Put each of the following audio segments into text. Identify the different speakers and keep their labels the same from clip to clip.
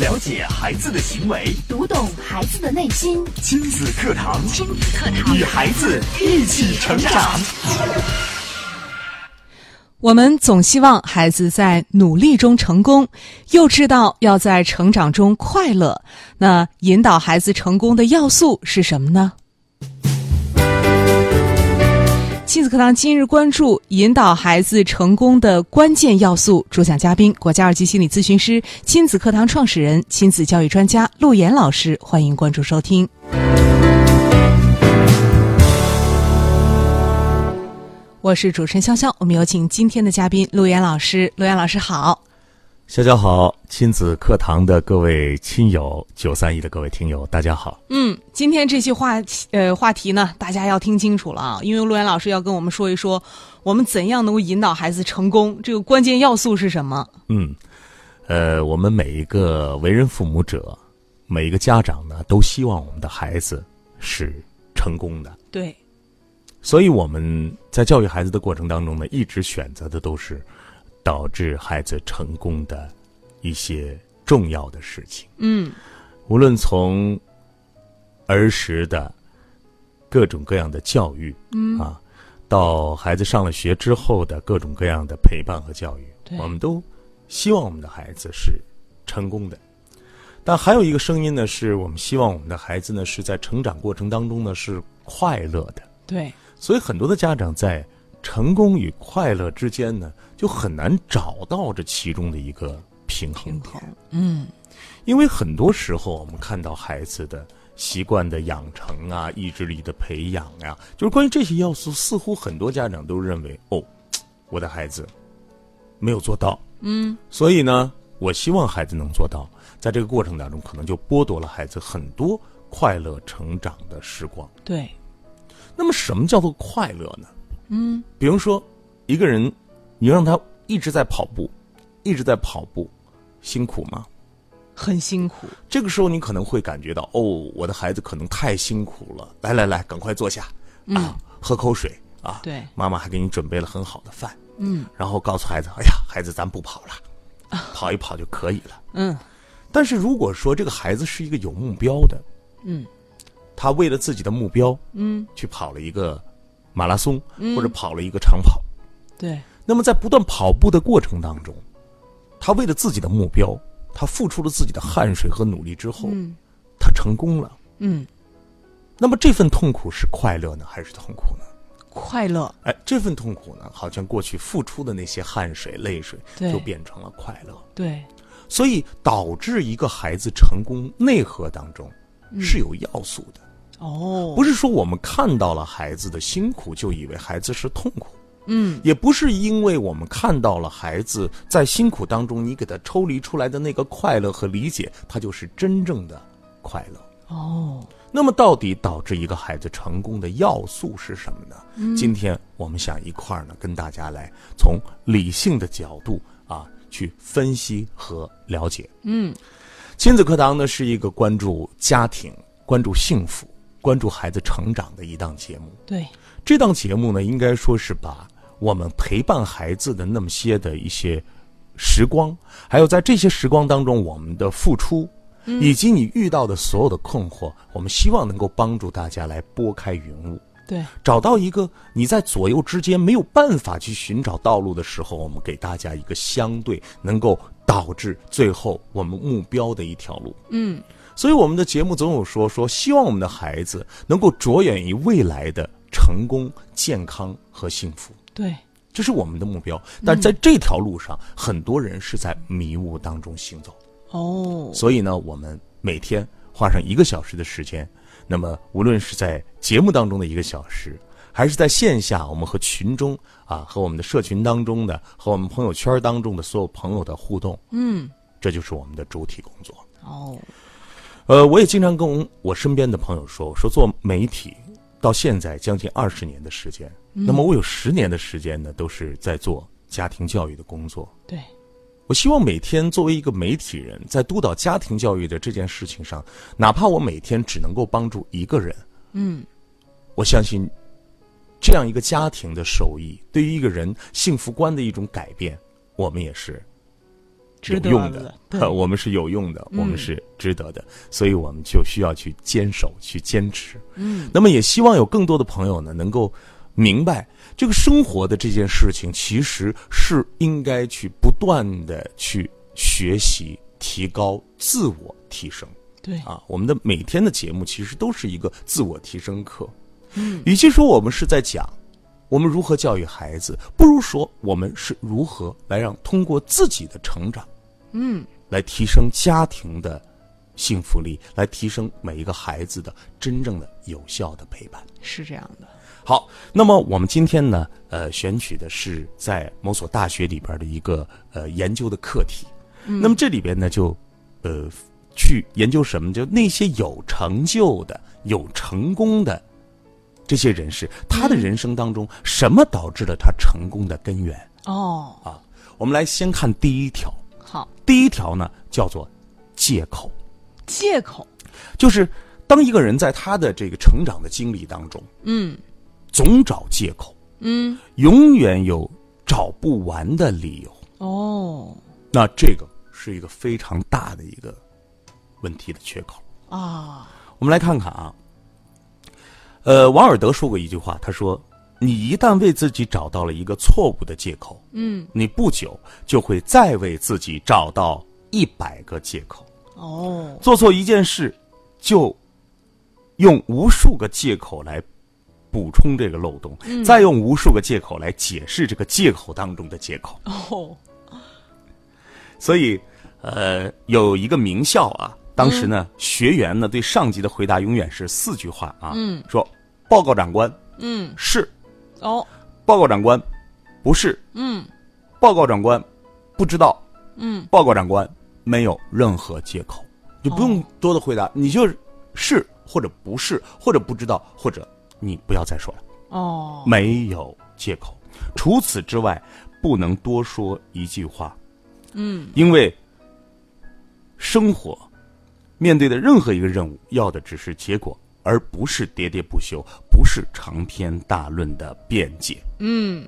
Speaker 1: 了解孩子的行为，
Speaker 2: 读懂孩子的内心。
Speaker 1: 亲子课堂，
Speaker 2: 亲子课堂
Speaker 1: 与孩子一起成长。
Speaker 3: 我们总希望孩子在努力中成功，又知道要在成长中快乐。那引导孩子成功的要素是什么呢？亲子课堂今日关注引导孩子成功的关键要素，主讲嘉宾国家二级心理咨询师、亲子课堂创始人、亲子教育专家陆岩老师，欢迎关注收听。我是主持人潇潇，我们有请今天的嘉宾陆岩老师。陆岩老师好，
Speaker 4: 潇潇好，亲子课堂的各位亲友，九三一的各位听友，大家好。
Speaker 3: 嗯，今天这期话呃话题呢，大家要听清楚了啊，因为陆岩老师要跟我们说一说，我们怎样能够引导孩子成功，这个关键要素是什么？
Speaker 4: 嗯，呃，我们每一个为人父母者，每一个家长呢，都希望我们的孩子是成功的。
Speaker 3: 对，
Speaker 4: 所以我们在教育孩子的过程当中呢，一直选择的都是导致孩子成功的一些重要的事情。
Speaker 3: 嗯，
Speaker 4: 无论从儿时的各种各样的教育，嗯啊，到孩子上了学之后的各种各样的陪伴和教育，
Speaker 3: 对
Speaker 4: 我们都希望我们的孩子是成功的。但还有一个声音呢，是我们希望我们的孩子呢是在成长过程当中呢是快乐的。
Speaker 3: 对，
Speaker 4: 所以很多的家长在成功与快乐之间呢，就很难找到这其中的一个平衡
Speaker 3: 平
Speaker 4: 点
Speaker 3: 衡。。嗯，
Speaker 4: 因为很多时候我们看到孩子的习惯的养成啊，意志力的培养呀、就是关于这些要素，似乎很多家长都认为，哦，我的孩子没有做到，嗯，所以呢，我希望孩子能做到，在这个过程当中，可能就剥夺了孩子很多快乐成长的时光。
Speaker 3: 对，
Speaker 4: 那么什么叫做快乐呢？嗯，比如说一个人，你让他一直在跑步，一直在跑步，辛苦吗？
Speaker 3: 很辛苦。
Speaker 4: 这个时候你可能会感觉到，哦，我的孩子可能太辛苦了。来来来，赶快坐下，啊，喝口水啊。
Speaker 3: 对
Speaker 4: 妈妈还给你准备了很好的饭，
Speaker 3: 嗯，啊
Speaker 4: 然后告诉孩子，哎呀，孩子，咱不跑了，跑一跑就可以了。
Speaker 3: 嗯，
Speaker 4: 但是如果说这个孩子是一个有目标的，
Speaker 3: 嗯，
Speaker 4: 他为了自己的目标，嗯，去跑了一个马拉松，
Speaker 3: 嗯
Speaker 4: 或者跑了一个长跑，
Speaker 3: 对，
Speaker 4: 那么在不断跑步的过程当中，他为了自己的目标，他付出了自己的汗水和努力之后，他成功了。
Speaker 3: 嗯，
Speaker 4: 那么这份痛苦是快乐呢，还是痛苦呢？
Speaker 3: 快乐。
Speaker 4: 哎，这份痛苦呢，好像过去付出的那些汗水、泪水，
Speaker 3: 对
Speaker 4: 就变成了快乐。
Speaker 3: 对，
Speaker 4: 所以导致一个孩子成功内核当中是有要素的，
Speaker 3: 哦，
Speaker 4: 不是说我们看到了孩子的辛苦就以为孩子是痛苦，
Speaker 3: 嗯，
Speaker 4: 也不是因为我们看到了孩子在辛苦当中，你给他抽离出来的那个快乐和理解，他就是真正的快乐。
Speaker 3: 哦，
Speaker 4: 那么，到底导致一个孩子成功的要素是什么呢？
Speaker 3: 嗯
Speaker 4: 今天我们想一块儿呢，跟大家来从理性的角度啊去分析和了解。
Speaker 3: 嗯，
Speaker 4: 亲子课堂呢是一个关注家庭、关注幸福、关注孩子成长的一档节目。
Speaker 3: 对，
Speaker 4: 这档节目呢，应该说是把我们陪伴孩子的那么些的一些时光，还有在这些时光当中我们的付出，以及你遇到的所有的困惑，我们希望能够帮助大家来拨开云雾，
Speaker 3: 对，
Speaker 4: 找到一个你在左右之间没有办法去寻找道路的时候，我们给大家一个相对能够导致最后我们目标的一条路。
Speaker 3: 嗯，
Speaker 4: 所以我们的节目总有说说，希望我们的孩子能够着眼于未来的成功、健康和幸福，
Speaker 3: 对，
Speaker 4: 这是我们的目标。但在这条路上，很多人是在迷雾当中行走。
Speaker 3: 哦，
Speaker 4: 所以呢，我们每天花上一个小时的时间，那么无论是在节目当中的一个小时，还是在线下我们和群中啊，和我们的社群当中的，和我们朋友圈当中的所有朋友的互动，
Speaker 3: 嗯，
Speaker 4: 这就是我们的主体工作。
Speaker 3: 哦，
Speaker 4: 呃，我也经常跟我身边的朋友说，我说做媒体到现在将近二十年的时间，那么我有十年的时间呢，都是在做家庭教育的工作。
Speaker 3: 对，
Speaker 4: 我希望每天作为一个媒体人，在督导家庭教育的这件事情上，哪怕我每天只能够帮助一个人，
Speaker 3: 嗯，
Speaker 4: 我相信这样一个家庭的受益，对于一个人幸福观的一种改变，我们也是有
Speaker 3: 值得
Speaker 4: 用的
Speaker 3: 了，对嗯
Speaker 4: 呵我们是有用的，我们是值得的，所以我们就需要去坚守、去坚持。嗯，那么也希望有更多的朋友呢，能够明白这个生活的这件事情，其实是应该去不断的去学习、提高自我提升。
Speaker 3: 对，
Speaker 4: 啊，我们的每天的节目其实都是一个自我提升课。嗯，与其说我们是在讲我们如何教育孩子，不如说我们是如何来让通过自己的成长，嗯，来提升家庭的幸福力，来提升每一个孩子的真正的有效的陪伴。
Speaker 3: 是这样的。
Speaker 4: 好，那么我们今天呢，呃，选取的是在某所大学里边的一个呃研究的课题。那么这里边呢，就呃去研究什么？就那些有成就的、有成功的这些人士，他的人生当中，什么导致了他成功的根源
Speaker 3: 哦，
Speaker 4: 啊？我们来先看第一条，
Speaker 3: 好，
Speaker 4: 第一条呢叫做借口。
Speaker 3: 借口，
Speaker 4: 就是当一个人在他的这个成长的经历当中，嗯，总找借口，
Speaker 3: 嗯，
Speaker 4: 永远有找不完的理由。
Speaker 3: 哦
Speaker 4: 那这个是一个非常大的一个问题的缺口。
Speaker 3: 啊，
Speaker 4: 我们来看看啊，呃，王尔德说过一句话，他说：“你一旦为自己找到了一个错误的借口，
Speaker 3: 嗯，
Speaker 4: 你不久就会再为自己找到一百个借口。”
Speaker 3: 哦，
Speaker 4: 做错一件事，就用无数个借口来补充这个漏洞，
Speaker 3: 嗯
Speaker 4: 再用无数个借口来解释这个借口当中的借口。
Speaker 3: 哦，
Speaker 4: 所以，呃，有一个名校啊，当时呢，
Speaker 3: 嗯
Speaker 4: 学员呢对上级的回答永远是四句话啊，
Speaker 3: 嗯
Speaker 4: 说报告长官
Speaker 3: 嗯，
Speaker 4: 是，
Speaker 3: 哦，
Speaker 4: 报告长官不是，
Speaker 3: 嗯
Speaker 4: 报告长官不知道，
Speaker 3: 嗯，
Speaker 4: 报告长官没有任何借口，就不用多的回
Speaker 3: 哦
Speaker 4: 答，你就是是或者不是，或者不知道，或者你不要再说了，
Speaker 3: 哦，
Speaker 4: 没有借口。除此之外，不能多说一句话，
Speaker 3: 嗯，
Speaker 4: 因为生活面对的任何一个任务，要的只是结果，而不是喋喋不休，不是长篇大论的辩解。
Speaker 3: 嗯，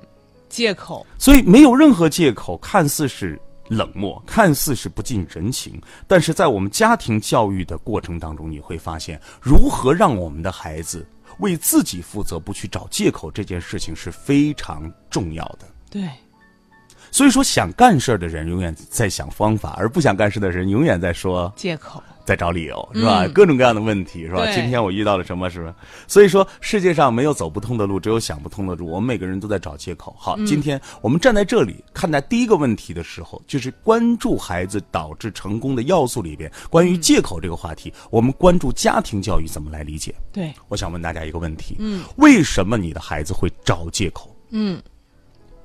Speaker 3: 借口，
Speaker 4: 所以没有任何借口，看似是冷漠，看似是不近人情，但是在我们家庭教育的过程当中，你会发现如何让我们的孩子为自己负责，不去找借口，这件事情是非常重要的。
Speaker 3: 对，
Speaker 4: 所以说，想干事儿的人永远在想方法，而不想干事的人永远在说
Speaker 3: 借口，
Speaker 4: 在找理由，是吧？
Speaker 3: 嗯
Speaker 4: 各种各样的问题，是吧？
Speaker 3: 对
Speaker 4: 今天我遇到了什么，是吧？所以说，世界上没有走不通的路，只有想不通的路。我们每个人都在找借口。好，
Speaker 3: 嗯
Speaker 4: 今天我们站在这里看待第一个问题的时候，就是关注孩子导致成功的要素里边，关于借口这个话题，
Speaker 3: 嗯
Speaker 4: 我们关注家庭教育怎么来理解。
Speaker 3: 对，
Speaker 4: 我想问大家一个问题：嗯，为什么你的孩子会找借口？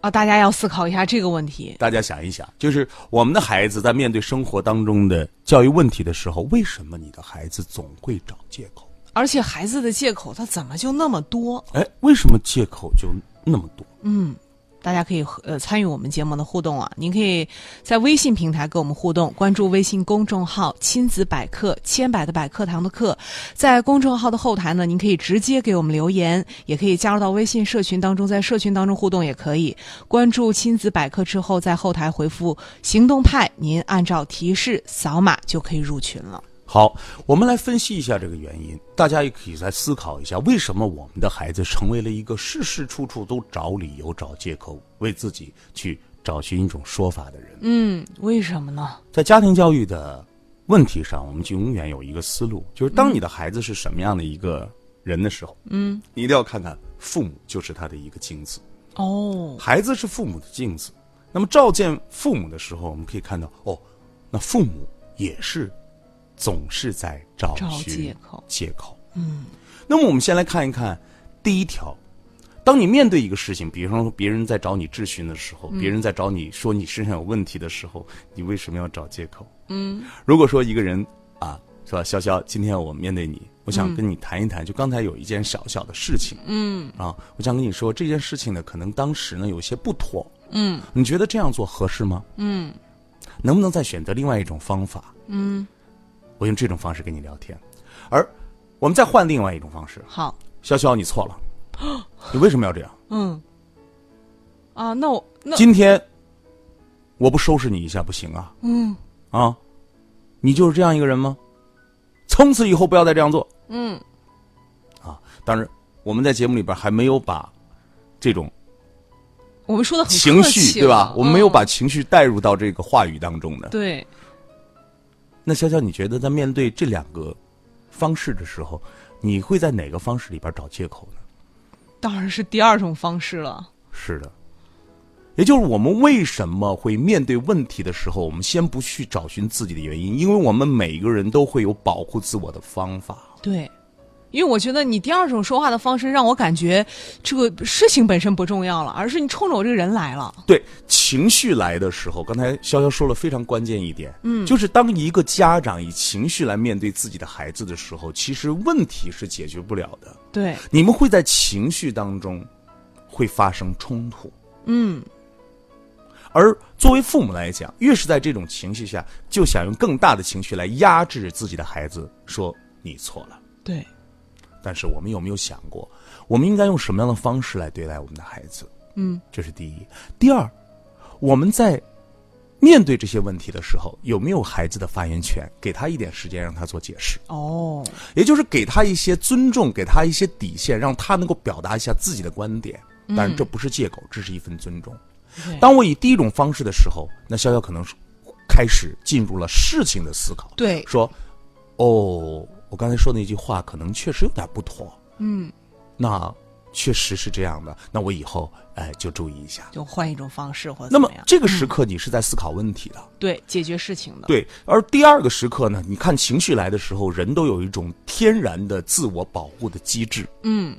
Speaker 3: 啊，大家要思考一下这个问题。
Speaker 4: 大家想一想，就是我们的孩子在面对生活当中的教育问题的时候，为什么你的孩子总会找借口？
Speaker 3: 而且孩子的借口他怎么就那么多？
Speaker 4: 哎，为什么借口就那么多？
Speaker 3: 大家可以和呃参与我们节目的互动啊，您可以在微信平台跟我们互动，关注微信公众号“亲子百科”，千百的百课堂的课，在公众号的后台呢，您可以直接给我们留言，也可以加入到微信社群当中，在社群当中互动也可以。关注“亲子百科”之后，在后台回复“行动派”，您按照提示扫码就可以入群了。
Speaker 4: 好，我们来分析一下这个原因。大家也可以来思考一下，为什么我们的孩子成为了一个事事处处都找理由、找借口，为自己去找寻一种说法的人？
Speaker 3: 嗯，为什么呢？
Speaker 4: 在家庭教育的问题上，我们就永远有一个思路，就是当你的孩子是什么样的一个人的时候，嗯，你一定要看看父母就是他的一个镜子。
Speaker 3: 哦，
Speaker 4: 孩子是父母的镜子，那么照见父母的时候，我们可以看到哦，那父母也是总是在找
Speaker 3: 找
Speaker 4: 寻
Speaker 3: 借口
Speaker 4: 借口。嗯，那么我们先来看一看第一条。当你面对一个事情，比方说别人在找你质询的时候，
Speaker 3: 嗯
Speaker 4: 别人在找你说你身上有问题的时候，你为什么要找借口？
Speaker 3: 嗯，
Speaker 4: 如果说一个人啊，是吧，潇潇，今天我面对你，我想跟你谈一谈，就刚才有一件小小的事情，
Speaker 3: 嗯
Speaker 4: 啊，我想跟你说这件事情呢，可能当时呢有些不妥，
Speaker 3: 嗯
Speaker 4: 你觉得这样做合适吗？
Speaker 3: 嗯，
Speaker 4: 能不能再选择另外一种方法？嗯，我用这种方式跟你聊天，而我们再换另外一种方式。
Speaker 3: 好，
Speaker 4: 潇潇，你错了， 你为什么要这样？
Speaker 3: 嗯，啊，那我那
Speaker 4: 今天我不收拾你一下不行啊。嗯，啊，你就是这样一个人吗？从此以后不要再这样做。嗯，啊，当然我们在节目里边还没有把这种
Speaker 3: 我们说的很
Speaker 4: 情
Speaker 3: 客
Speaker 4: 绪，
Speaker 3: 气
Speaker 4: 对吧
Speaker 3: 了？
Speaker 4: 我们没有
Speaker 3: 嗯
Speaker 4: 把情绪带入到这个话语当中的。
Speaker 3: 对
Speaker 4: 那潇潇，你觉得在面对这两个方式的时候，你会在哪个方式里边找借口呢？
Speaker 3: 当然是第二种方式了。
Speaker 4: 是的，也就是我们为什么会面对问题的时候，我们先不去找寻自己的原因，因为我们每个人都会有保护自我的方法。
Speaker 3: 对，因为我觉得你第二种说话的方式让我感觉这个事情本身不重要了，而是你冲着我这个人来了。
Speaker 4: 对情绪来的时候，刚才潇潇说了非常关键一点，嗯，就是当一个家长以情绪来面对自己的孩子的时候，其实问题是解决不了的。
Speaker 3: 对，
Speaker 4: 你们会在情绪当中会发生冲突。嗯，而作为父母来讲，越是在这种情绪下，就想用更大的情绪来压制自己的孩子，说你错了。
Speaker 3: 对，
Speaker 4: 但是我们有没有想过，我们应该用什么样的方式来对待我们的孩子？
Speaker 3: 嗯，
Speaker 4: 这是第一。第二，我们在面对这些问题的时候，有没有孩子的发言权？给他一点时间，让他做解释。
Speaker 3: 哦，
Speaker 4: 也就是给他一些尊重，给他一些底线，让他能够表达一下自己的观点。当然，这不是借口，这是一份尊重。
Speaker 3: 嗯对
Speaker 4: 当我以第一种方式的时候，那潇潇可能是开始进入了事情的思考，
Speaker 3: 对
Speaker 4: 说：“哦，我刚才说那句话可能确实有点不妥。”嗯，那确实是这样的。那我以后哎就注意一下。
Speaker 3: 就换一种方式或者
Speaker 4: 那
Speaker 3: 怎
Speaker 4: 么
Speaker 3: 样？嗯
Speaker 4: 这个时刻你是在思考问题的，
Speaker 3: 对，解决事情的。
Speaker 4: 对，而第二个时刻呢，你看情绪来的时候，人都有一种天然的自我保护的机制。嗯，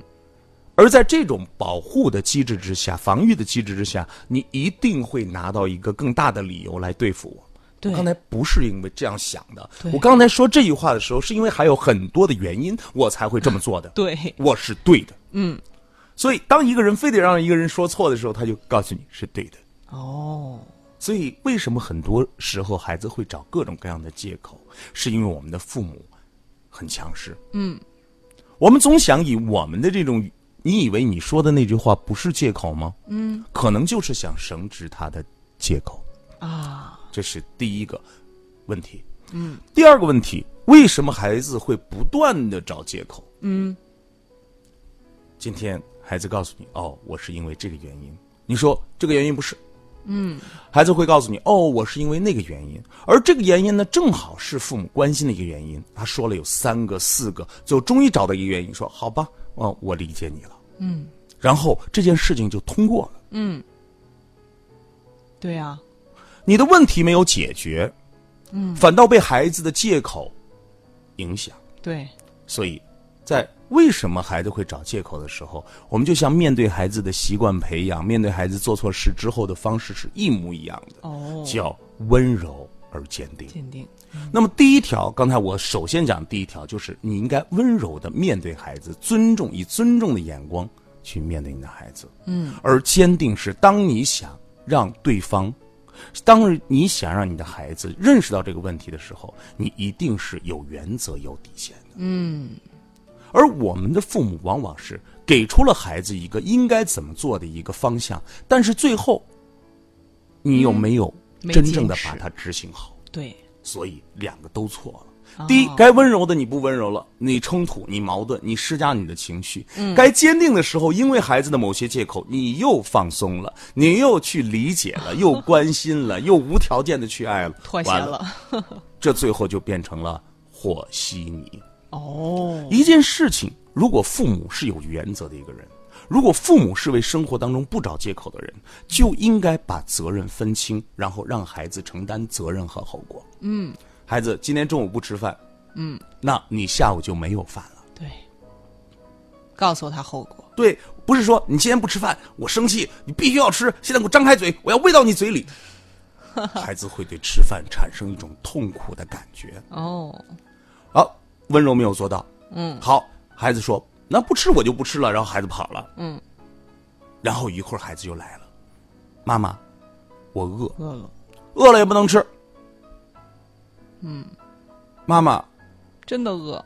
Speaker 4: 而在这种保护的机制之下，防御的机制之下，你一定会拿到一个更大的理由来对付我。
Speaker 3: 对
Speaker 4: 我刚才不是因为这样想的，
Speaker 3: 对
Speaker 4: 我刚才说这句话的时候，是因为还有很多的原因，我才会这么做的。
Speaker 3: 对
Speaker 4: 我是对的。嗯，所以当一个人非得让一个人说错的时候，他就告诉你是对的。
Speaker 3: 哦，
Speaker 4: 所以，为什么很多时候孩子会找各种各样的借口？是因为我们的父母很强势。嗯，我们总想以我们的这种，你以为你说的那句话不是借口吗？嗯，可能就是想绳之他的借口啊。这是第一个问题。嗯，第二个问题，为什么孩子会不断的找借口？嗯，今天孩子告诉你，哦，我是因为这个原因。你说这个原因不是，孩子会告诉你，哦，我是因为那个原因，而这个原因呢，正好是父母关心的一个原因。他说了有三个、四个，最后终于找到一个原因，说好吧，哦，我理解你了，嗯，然后这件事情就通过了。
Speaker 3: 对啊，
Speaker 4: 你的问题没有解决，嗯，反倒被孩子的借口影响。
Speaker 3: 对
Speaker 4: 所以，在为什么孩子会找借口的时候，我们就像面对孩子的习惯培养，面对孩子做错事之后的方式是一模一样的，
Speaker 3: 哦，
Speaker 4: 叫温柔而坚定。
Speaker 3: 鉴定
Speaker 4: 那么第一条，刚才我首先讲第一条，就是你应该温柔的面对孩子，尊重以尊重的眼光去面对你的孩子。嗯，而坚定是当你想让对方，当你想让你的孩子认识到这个问题的时候，你一定是有原则、有底线的。嗯，而我们的父母往往是给出了孩子一个应该怎么做的一个方向，但是最后，你有嗯没有
Speaker 3: 没
Speaker 4: 真正的
Speaker 3: 坚持
Speaker 4: 把它执行好？
Speaker 3: 对
Speaker 4: 所以两个都错
Speaker 3: 哦
Speaker 4: 了。第一，该温柔的你不温柔了，你冲突，你矛盾，你施加你的情绪；
Speaker 3: 嗯
Speaker 4: 该坚定的时候，因为孩子的某些借口，你又放松了，你又去理解 了，又关心了，又无条件的去爱了，
Speaker 3: 妥协
Speaker 4: 完
Speaker 3: 了。
Speaker 4: 这最后就变成了和稀泥。
Speaker 3: 哦，
Speaker 4: 一件事情，如果父母是有原则的一个人，如果父母是为生活当中不找借口的人，就应该把责任分清，然后让孩子承担责任和后果。嗯，孩子今天中午不吃饭，嗯，那你下午就没有饭了。
Speaker 3: 对，告诉他后果。
Speaker 4: 对，不是说你今天不吃饭，我生气，你必须要吃，现在给我张开嘴，我要喂到你嘴 里。孩子会对吃饭产生一种痛苦的感觉。
Speaker 3: 哦，
Speaker 4: 好，温柔没有做到。嗯，好，孩子说那不吃我就不吃了，然后孩子跑了。嗯，然后一会儿孩子就来了，妈妈，我饿，
Speaker 3: 饿了，
Speaker 4: 饿了也不能吃。嗯，妈妈，
Speaker 3: 真的饿，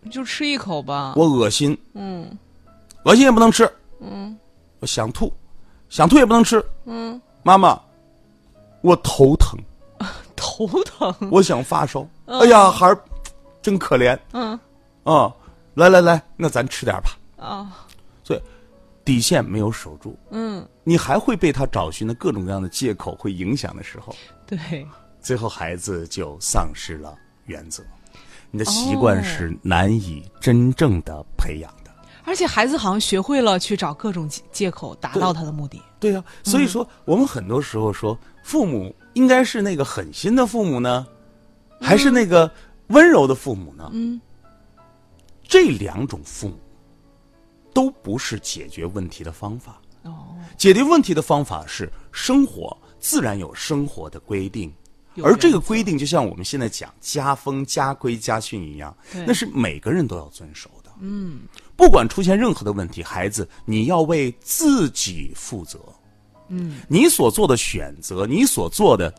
Speaker 3: 你就吃一口吧。
Speaker 4: 我恶心。嗯，恶心也不能吃。嗯，我想吐，想吐也不能吃。嗯，
Speaker 5: 妈妈，我头疼，
Speaker 3: 头
Speaker 4: 嗯
Speaker 3: 疼。
Speaker 5: 我想发烧。哎呀，孩儿，真可怜。
Speaker 3: 嗯
Speaker 5: 啊，来来来，那咱吃点吧。
Speaker 3: 啊，
Speaker 5: 所以底线没有守住，
Speaker 3: 嗯，
Speaker 5: 你还会被他找寻的各种各样的借口会影响的时候，
Speaker 3: 对，
Speaker 4: 最后孩子就丧失了原则，你的习惯是难以真正的培养的。
Speaker 3: 而且孩子好像学会了去找各种借借口达到他的目的。
Speaker 4: 对呀、啊所以说、
Speaker 5: 嗯
Speaker 4: 我们很多时候说，父母应该是那个狠心的父母呢，还是那个温柔的父母呢？嗯，这两种父母都不是解决问题的方法。
Speaker 3: 哦，
Speaker 4: 解决问题的方法是生活，自然有生活的规定。
Speaker 3: 有
Speaker 4: 而这个
Speaker 3: 原则
Speaker 4: 规定，就像我们现在讲家风、家规、家训一样
Speaker 3: 对，
Speaker 4: 那是每个人都要遵守的。嗯，不管出现任何的问题，孩子，你要为自己负责。嗯，你所做的选择，你所做的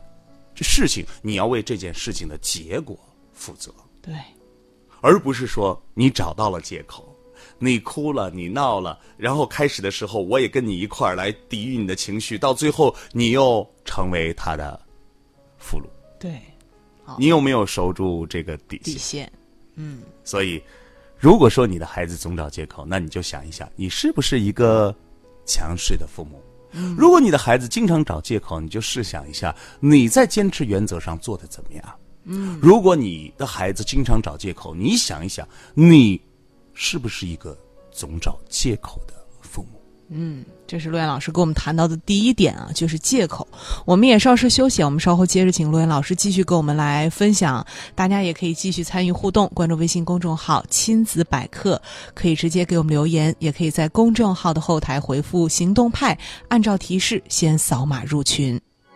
Speaker 4: 事情，你要为这件事情的结果负责。
Speaker 3: 对，
Speaker 4: 而不是说你找到了借口，你哭了，你闹了，然后开始的时候我也跟你一块儿来抵御你的情绪，到最后你又成为他的俘虏。
Speaker 3: 对，
Speaker 4: 你有没有守住这个底
Speaker 3: 底
Speaker 4: 线？
Speaker 3: 线。
Speaker 4: 所以，如果说你的孩子总找借口，那你就想一想，你是不是一个强势的父母？如果你的孩子经常找借口，你就试想一下，你在坚持原则上做的怎么样？嗯，如果你的孩子经常找借口，你想一想，你是不是一个总找借口的父母？
Speaker 3: 这是陆岩老师跟我们谈到的第一点啊，就是借口。我们也稍事休息，我们稍后接着请陆岩老师继续跟我们来分享。大家也可以继续参与互动，关注微信公众号“亲子百科”，可以直接给我们留言，也可以在公众号的后台回复“行动派”，按照提示先扫码入群。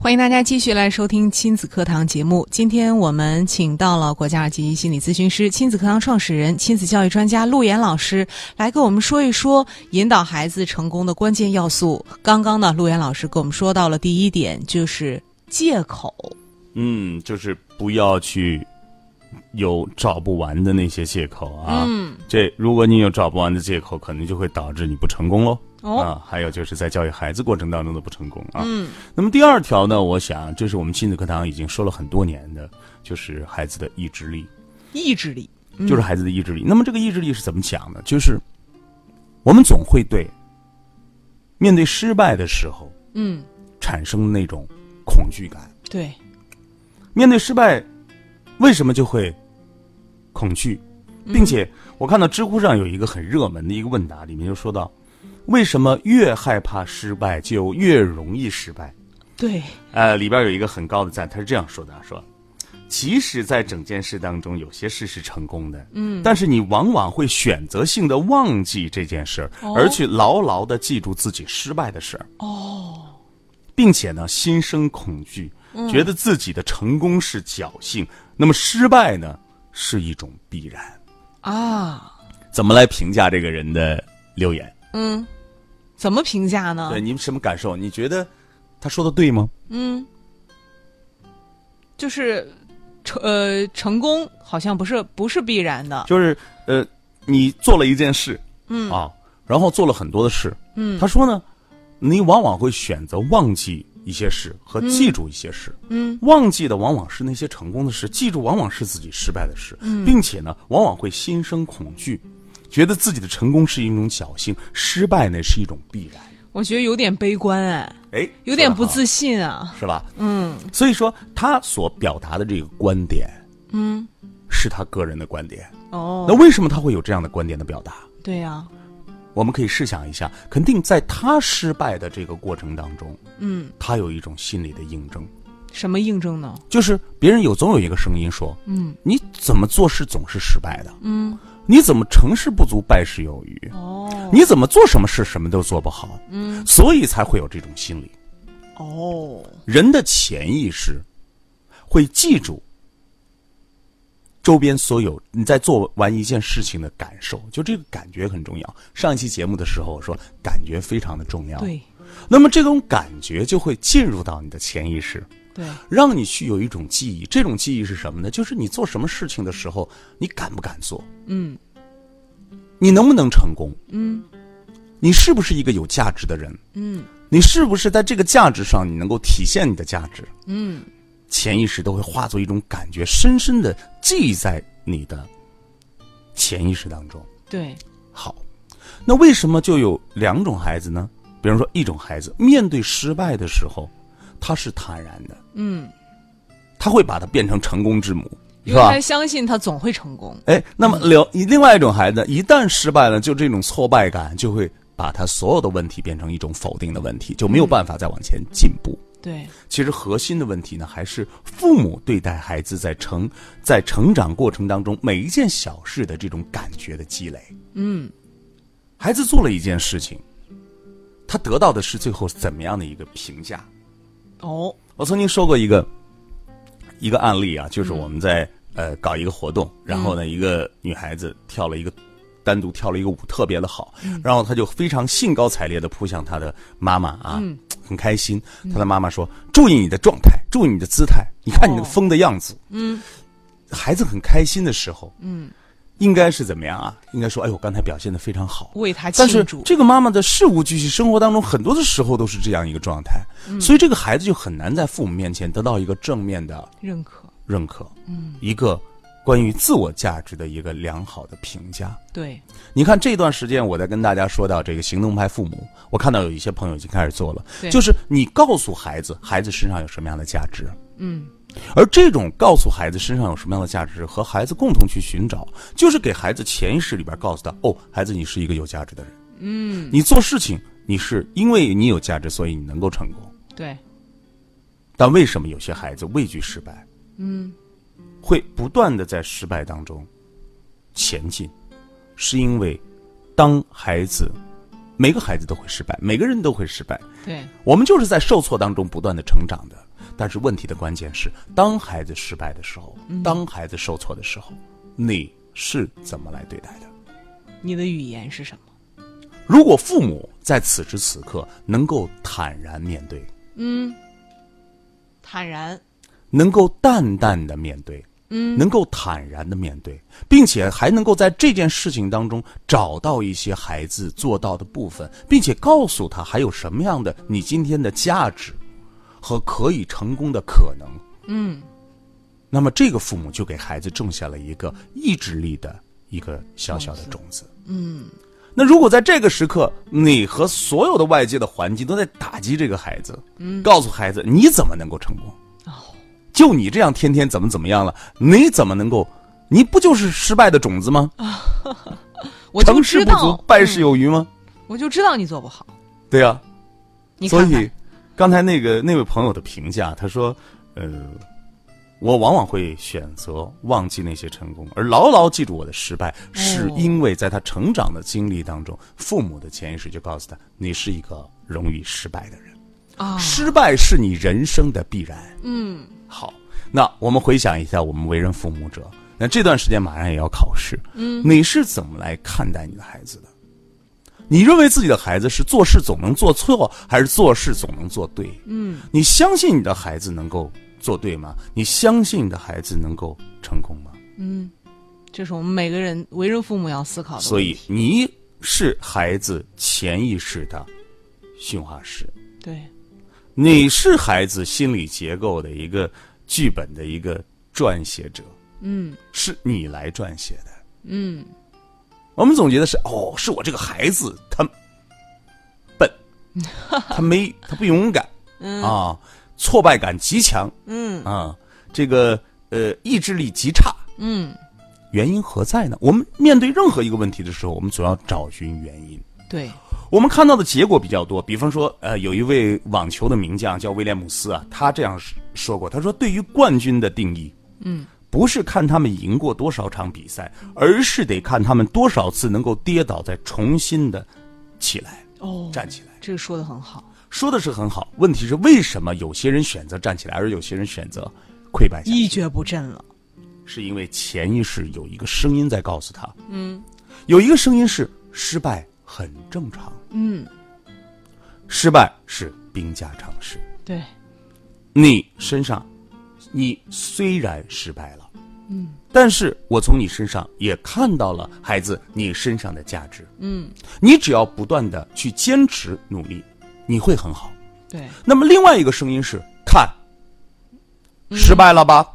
Speaker 3: 欢迎大家继续来收听亲子课堂节目。今天我们请到了国家二级心理咨询师、亲子课堂创始人、亲子教育专家陆岩老师来跟我们说一说引导孩子成功的关键要素。刚刚呢，陆岩老师跟我们说到了第一点，就是借口。
Speaker 4: 嗯，就是不要去有找不完的那些借口啊。嗯，这如果你有找不完的借口，可能就会导致你不成功喽。
Speaker 3: 哦
Speaker 4: 啊，还有就是在教育孩子过程当中的不成功啊。嗯，那么第二条呢，我想这是我们亲子课堂已经说了很多年的，就是孩子的意志力，
Speaker 3: 意志力，
Speaker 4: 就是孩子的意志力。那么这个意志力是怎么讲呢？就是我们总会对面对失败的时候
Speaker 3: 嗯，
Speaker 4: 产生那种恐惧感。
Speaker 3: 对，
Speaker 4: 面对失败，为什么就会恐惧？并且我看到知乎上有一个很热门的一个问答，里面就说到，为什么越害怕失败就越容易失败？
Speaker 3: 对，
Speaker 4: 呃，里边有一个很高的赞，他是这样说的：说，其实，在整件事当中，有些事是成功的，嗯，但是你往往会选择性的忘记这件事儿，而去牢牢的记住自己失败的事儿，哦，嗯并且呢，心生恐惧，觉得自己的成功是侥幸，那么失败呢，是一种必然。
Speaker 3: 啊，
Speaker 4: 怎么来评价这个人的留言？
Speaker 3: 嗯，怎么评价呢
Speaker 4: 对，？你们什么感受？你觉得他说的对吗？
Speaker 3: 嗯，就是成呃成功好像不是不是必然的，
Speaker 4: 就是呃，你做了一件事，嗯啊，然后做了很多的事，嗯，他说呢，你往往会选择忘记一些事和记住一些事，嗯，忘记的往往是那些成功的事，记住往往是自己失败的事，
Speaker 3: 嗯
Speaker 4: 并且呢，往往会心生恐惧，觉得自己的成功是一种侥幸，失败呢是一种必然。
Speaker 3: 我觉得有点悲观哎，
Speaker 4: 哎，
Speaker 3: 有点
Speaker 4: 说得
Speaker 3: 不
Speaker 4: 好
Speaker 3: 自信啊。
Speaker 4: 是吧？嗯，所以说他所表达的这个观点，嗯，是他个人的观点。
Speaker 3: 哦，
Speaker 4: 那为什么他会有这样的观点的表达？
Speaker 3: 对啊呀、
Speaker 4: 我们可以试想一下，肯定在他失败的这个过程当中，
Speaker 3: 嗯，
Speaker 4: 他有一种心理的印证，
Speaker 3: 什么印证呢？
Speaker 4: 就是别人有总有一个声音说，嗯，你怎么做事总是失败的，嗯，你怎么成事不足败事有余？
Speaker 3: 哦，
Speaker 4: 你怎么做什么事什么都做不好，嗯，所以才会有这种心理。
Speaker 3: 哦，
Speaker 4: 人的潜意识会记住周边所有你在做完一件事情的感受，就这个感觉很重要。上一期节目的时候我说感觉非常的重要，
Speaker 3: 对
Speaker 4: 那么这种感觉就会进入到你的潜意识，
Speaker 3: 对，
Speaker 4: 让你去有一种记忆。这种记忆是什么呢？就是你做什么事情的时候，你敢不敢做？
Speaker 3: 嗯，
Speaker 4: 你能不能成功？嗯，你是不是一个有价值的人？
Speaker 3: 嗯，
Speaker 4: 你是不是在这个价值上，你能够体现你的价值？
Speaker 3: 嗯，
Speaker 4: 潜意识都会化作一种感觉，深深的记在你的潜意识当中。
Speaker 3: 对，
Speaker 4: 好，那为什么就有两种孩子呢？比方说，一种孩子面对失败的时候，他是坦然的，
Speaker 3: 嗯，
Speaker 4: 他会把它变成成功之母，是
Speaker 3: 因为
Speaker 4: 吧
Speaker 3: 他？相信他总会成功。
Speaker 4: 哎，那么另另外一种孩子，一旦失败了，就这种挫败感就会把他所有的问题变成一种否定的问题，就没有办法再往前进步。
Speaker 3: 对，
Speaker 4: 其实核心的问题呢，还是父母对待孩子在成在成长过程当中每一件小事的这种感觉的积累。
Speaker 3: 嗯，
Speaker 4: 孩子做了一件事情，他得到的是最后怎么样的一个评价？
Speaker 3: 哦，
Speaker 4: 我曾经说过一个一个案例啊，就是我们在、呃搞一个活动，然后呢，一个女孩子跳了一个单独跳了一个舞，特别的好，然后她就非常兴高采烈的扑向她的妈妈啊，很开心。她的妈妈说：“注意你的状态，注意你的姿态，你看你那个疯的样子。哦嗯，孩子很开心的时候，嗯，应该是怎么样啊？应该说：“哎呦，我刚才表现的非常好。”
Speaker 3: 为他
Speaker 4: 但是
Speaker 3: 庆祝。
Speaker 4: 这个妈妈的事无巨细生活当中，很多的时候都是这样一个状态，
Speaker 3: 嗯
Speaker 4: 所以这个孩子就很难在父母面前得到一个正面的
Speaker 3: 认可，
Speaker 4: 认可，嗯，一个关于自我价值的一个良好的评价。
Speaker 3: 对，
Speaker 4: 你看这段时间我在跟大家说到这个行动派父母，我看到有一些朋友已经开始做了
Speaker 3: 对，
Speaker 4: 就是你告诉孩子孩子身上有什么样的价值，
Speaker 3: 嗯，
Speaker 4: 而这种告诉孩子身上有什么样的价值，和孩子共同去寻找，就是给孩子潜意识里边告诉他，哦，孩子你是一个有价值的人，嗯，你做事情你是因为你有价值，所以你能够成功。
Speaker 3: 对，
Speaker 4: 但为什么有些孩子畏惧失败？嗯，会不断的在失败当中前进，是因为当孩子，每个孩子都会失败，每个人都会失败，
Speaker 3: 对，
Speaker 4: 我们就是在受挫当中不断的成长的。但是问题的关键是，当孩子失败的时候，当孩子受挫的时候，你是怎么来对待的？
Speaker 3: 你的语言是什么？
Speaker 4: 如果父母在此时此刻能够坦然面对，
Speaker 3: 坦然，
Speaker 4: 能够淡淡的面对，嗯，能够坦然的面对，并且还能够在这件事情当中找到一些孩子做到的部分，并且告诉他还有什么样的你今天的价值和可以成功的可能，
Speaker 3: 嗯，
Speaker 4: 那么这个父母就给孩子种下了一个意志力的一个小小的种子，嗯。那如果在这个时刻，你和所有的外界的环境都在打击这个孩子，嗯，告诉孩子你怎么能够成功？
Speaker 3: 哦，
Speaker 4: 就你这样天天怎么怎么样了，你怎么能够？你不就是失败的种子吗？
Speaker 3: 我哦就
Speaker 4: 成事
Speaker 3: 知
Speaker 4: 不足
Speaker 3: 道，，嗯
Speaker 4: 败事有余吗？
Speaker 3: 我就知道你做不好。
Speaker 4: 对呀、
Speaker 3: 你
Speaker 4: 所
Speaker 3: 看看
Speaker 4: 以，刚才那个那位朋友的评价，他说：“呃，我往往会选择忘记那些成功，而牢牢记住我的失败，是因为在他成长的经历当中，父母的潜意识就告诉他，你是一个容易失败的人。”
Speaker 3: 啊，
Speaker 4: 失败是你人生的必然。嗯，好，那我们回想一下，我们为人父母者，那这段时间马上也要考试，嗯，你是怎么来看待你的孩子的？你认为自己的孩子是做事总能做错，还是做事总能做对？嗯，你相信你的孩子能够做对吗？你相信你的孩子能够成功吗？
Speaker 3: 这是我们每个人为人父母要思考的问题。
Speaker 4: 所以你是孩子潜意识的驯化师。
Speaker 3: 对，
Speaker 4: 你是孩子心理结构的一个剧本的一个撰写者，
Speaker 3: 嗯
Speaker 4: 是你来撰写的。
Speaker 3: 嗯，
Speaker 4: 我们总觉得是哦，是我这个孩子他 笨，他没他不勇敢，
Speaker 3: 嗯
Speaker 4: 啊，挫败感极强，嗯啊，这个呃意志力极差，嗯，原因何在呢？我们面对任何一个问题的时候，我们总要找寻原因。
Speaker 3: 对，
Speaker 4: 我们看到的结果比较多，比方说，呃，有一位网球的名将叫威廉姆斯啊，他这样说过，他说对于冠军的定义，嗯，不是看他们赢过多少场比赛，而是得看他们多少次能够跌倒再重新的起来，
Speaker 3: 哦
Speaker 4: 站起来。
Speaker 3: 这个说的很好，
Speaker 4: 说的是很好，问题是为什么有些人选择站起来，而有些人选择溃败下去？
Speaker 3: 一蹶不振了。
Speaker 4: 是因为潜意识有一个声音在告诉他，嗯，有一个声音是失败很正常，
Speaker 3: 嗯，
Speaker 4: 失败是兵家常事。
Speaker 3: 对，
Speaker 4: 你身上，你虽然失败了，嗯，但是我从你身上也看到了孩子你身上的价值，嗯，你只要不断的去坚持努力，你会很好。
Speaker 3: 对，
Speaker 4: 那么另外一个声音是看，失败了吧？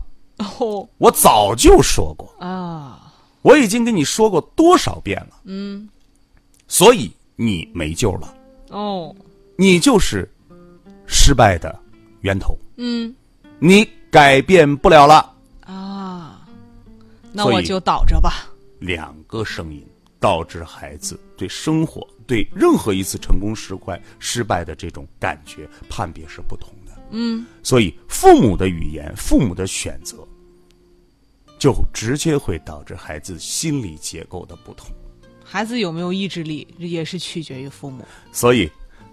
Speaker 3: 哦
Speaker 4: 我早就说过，
Speaker 3: 啊，
Speaker 4: 我已经跟你说过多少遍了，嗯，所以你没救了，
Speaker 3: 哦，
Speaker 4: 你就是失败的源头，
Speaker 3: 嗯
Speaker 4: 你改变不了了。
Speaker 3: 啊，那
Speaker 4: 所
Speaker 3: 我
Speaker 4: 以
Speaker 3: 就倒着吧。
Speaker 4: 两个声音导致孩子对生活、对任何一次成功失败、失败的这种感觉判别是不同的。嗯，所以父母的语言、父母的选择，就直接会导致孩子心理结构的不同。
Speaker 3: 孩子有没有意志力，也是取决于父母。
Speaker 4: 所以，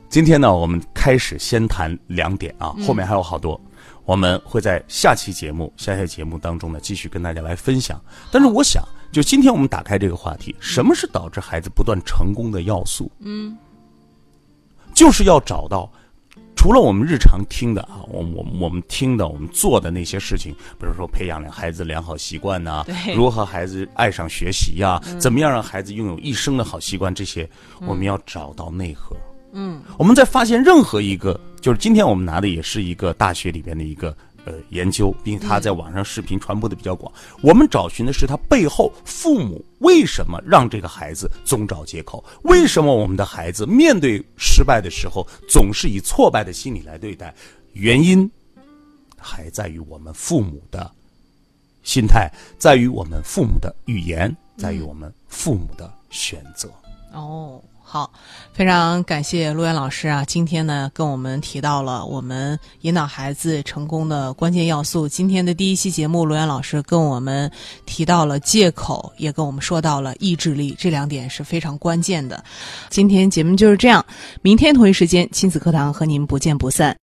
Speaker 4: 今天呢，我们开始先谈两点啊，后面还有好多，我们会在下期节目、下下节目当中呢，继续跟大家来分享。但是我想，就今天我们打开这个话题，什么是导致孩子不断成功的要素？嗯，就是要找到。除了我们日常听的啊，我们我们我们听的，我们做的那些事情，比如说培养良孩子良好习惯呐、
Speaker 3: 对
Speaker 4: 如何孩子爱上学习呀、怎么样让孩子拥有一生的好习惯，这些我们要找到内核。我们在发现任何一个，就是今天我们拿的也是一个大学里边的一个呃研究，并且它在网上视频传播的比较广。我们找寻的是它背后父母为什么让这个孩子总找借口，为什么我们的孩子面对失败的时候总是以挫败的心理来对待，原因还在于我们父母的心态，在于我们父母的语言，在于我们父母的选择。
Speaker 3: 哦，好，非常感谢陆源老师啊！今天呢，跟我们提到了我们引导孩子成功的关键要素。今天的第一期节目，陆源老师跟我们提到了借口，也跟我们说到了意志力，这两点是非常关键的。今天节目就是这样，明天同一时间亲子课堂和您不见不散。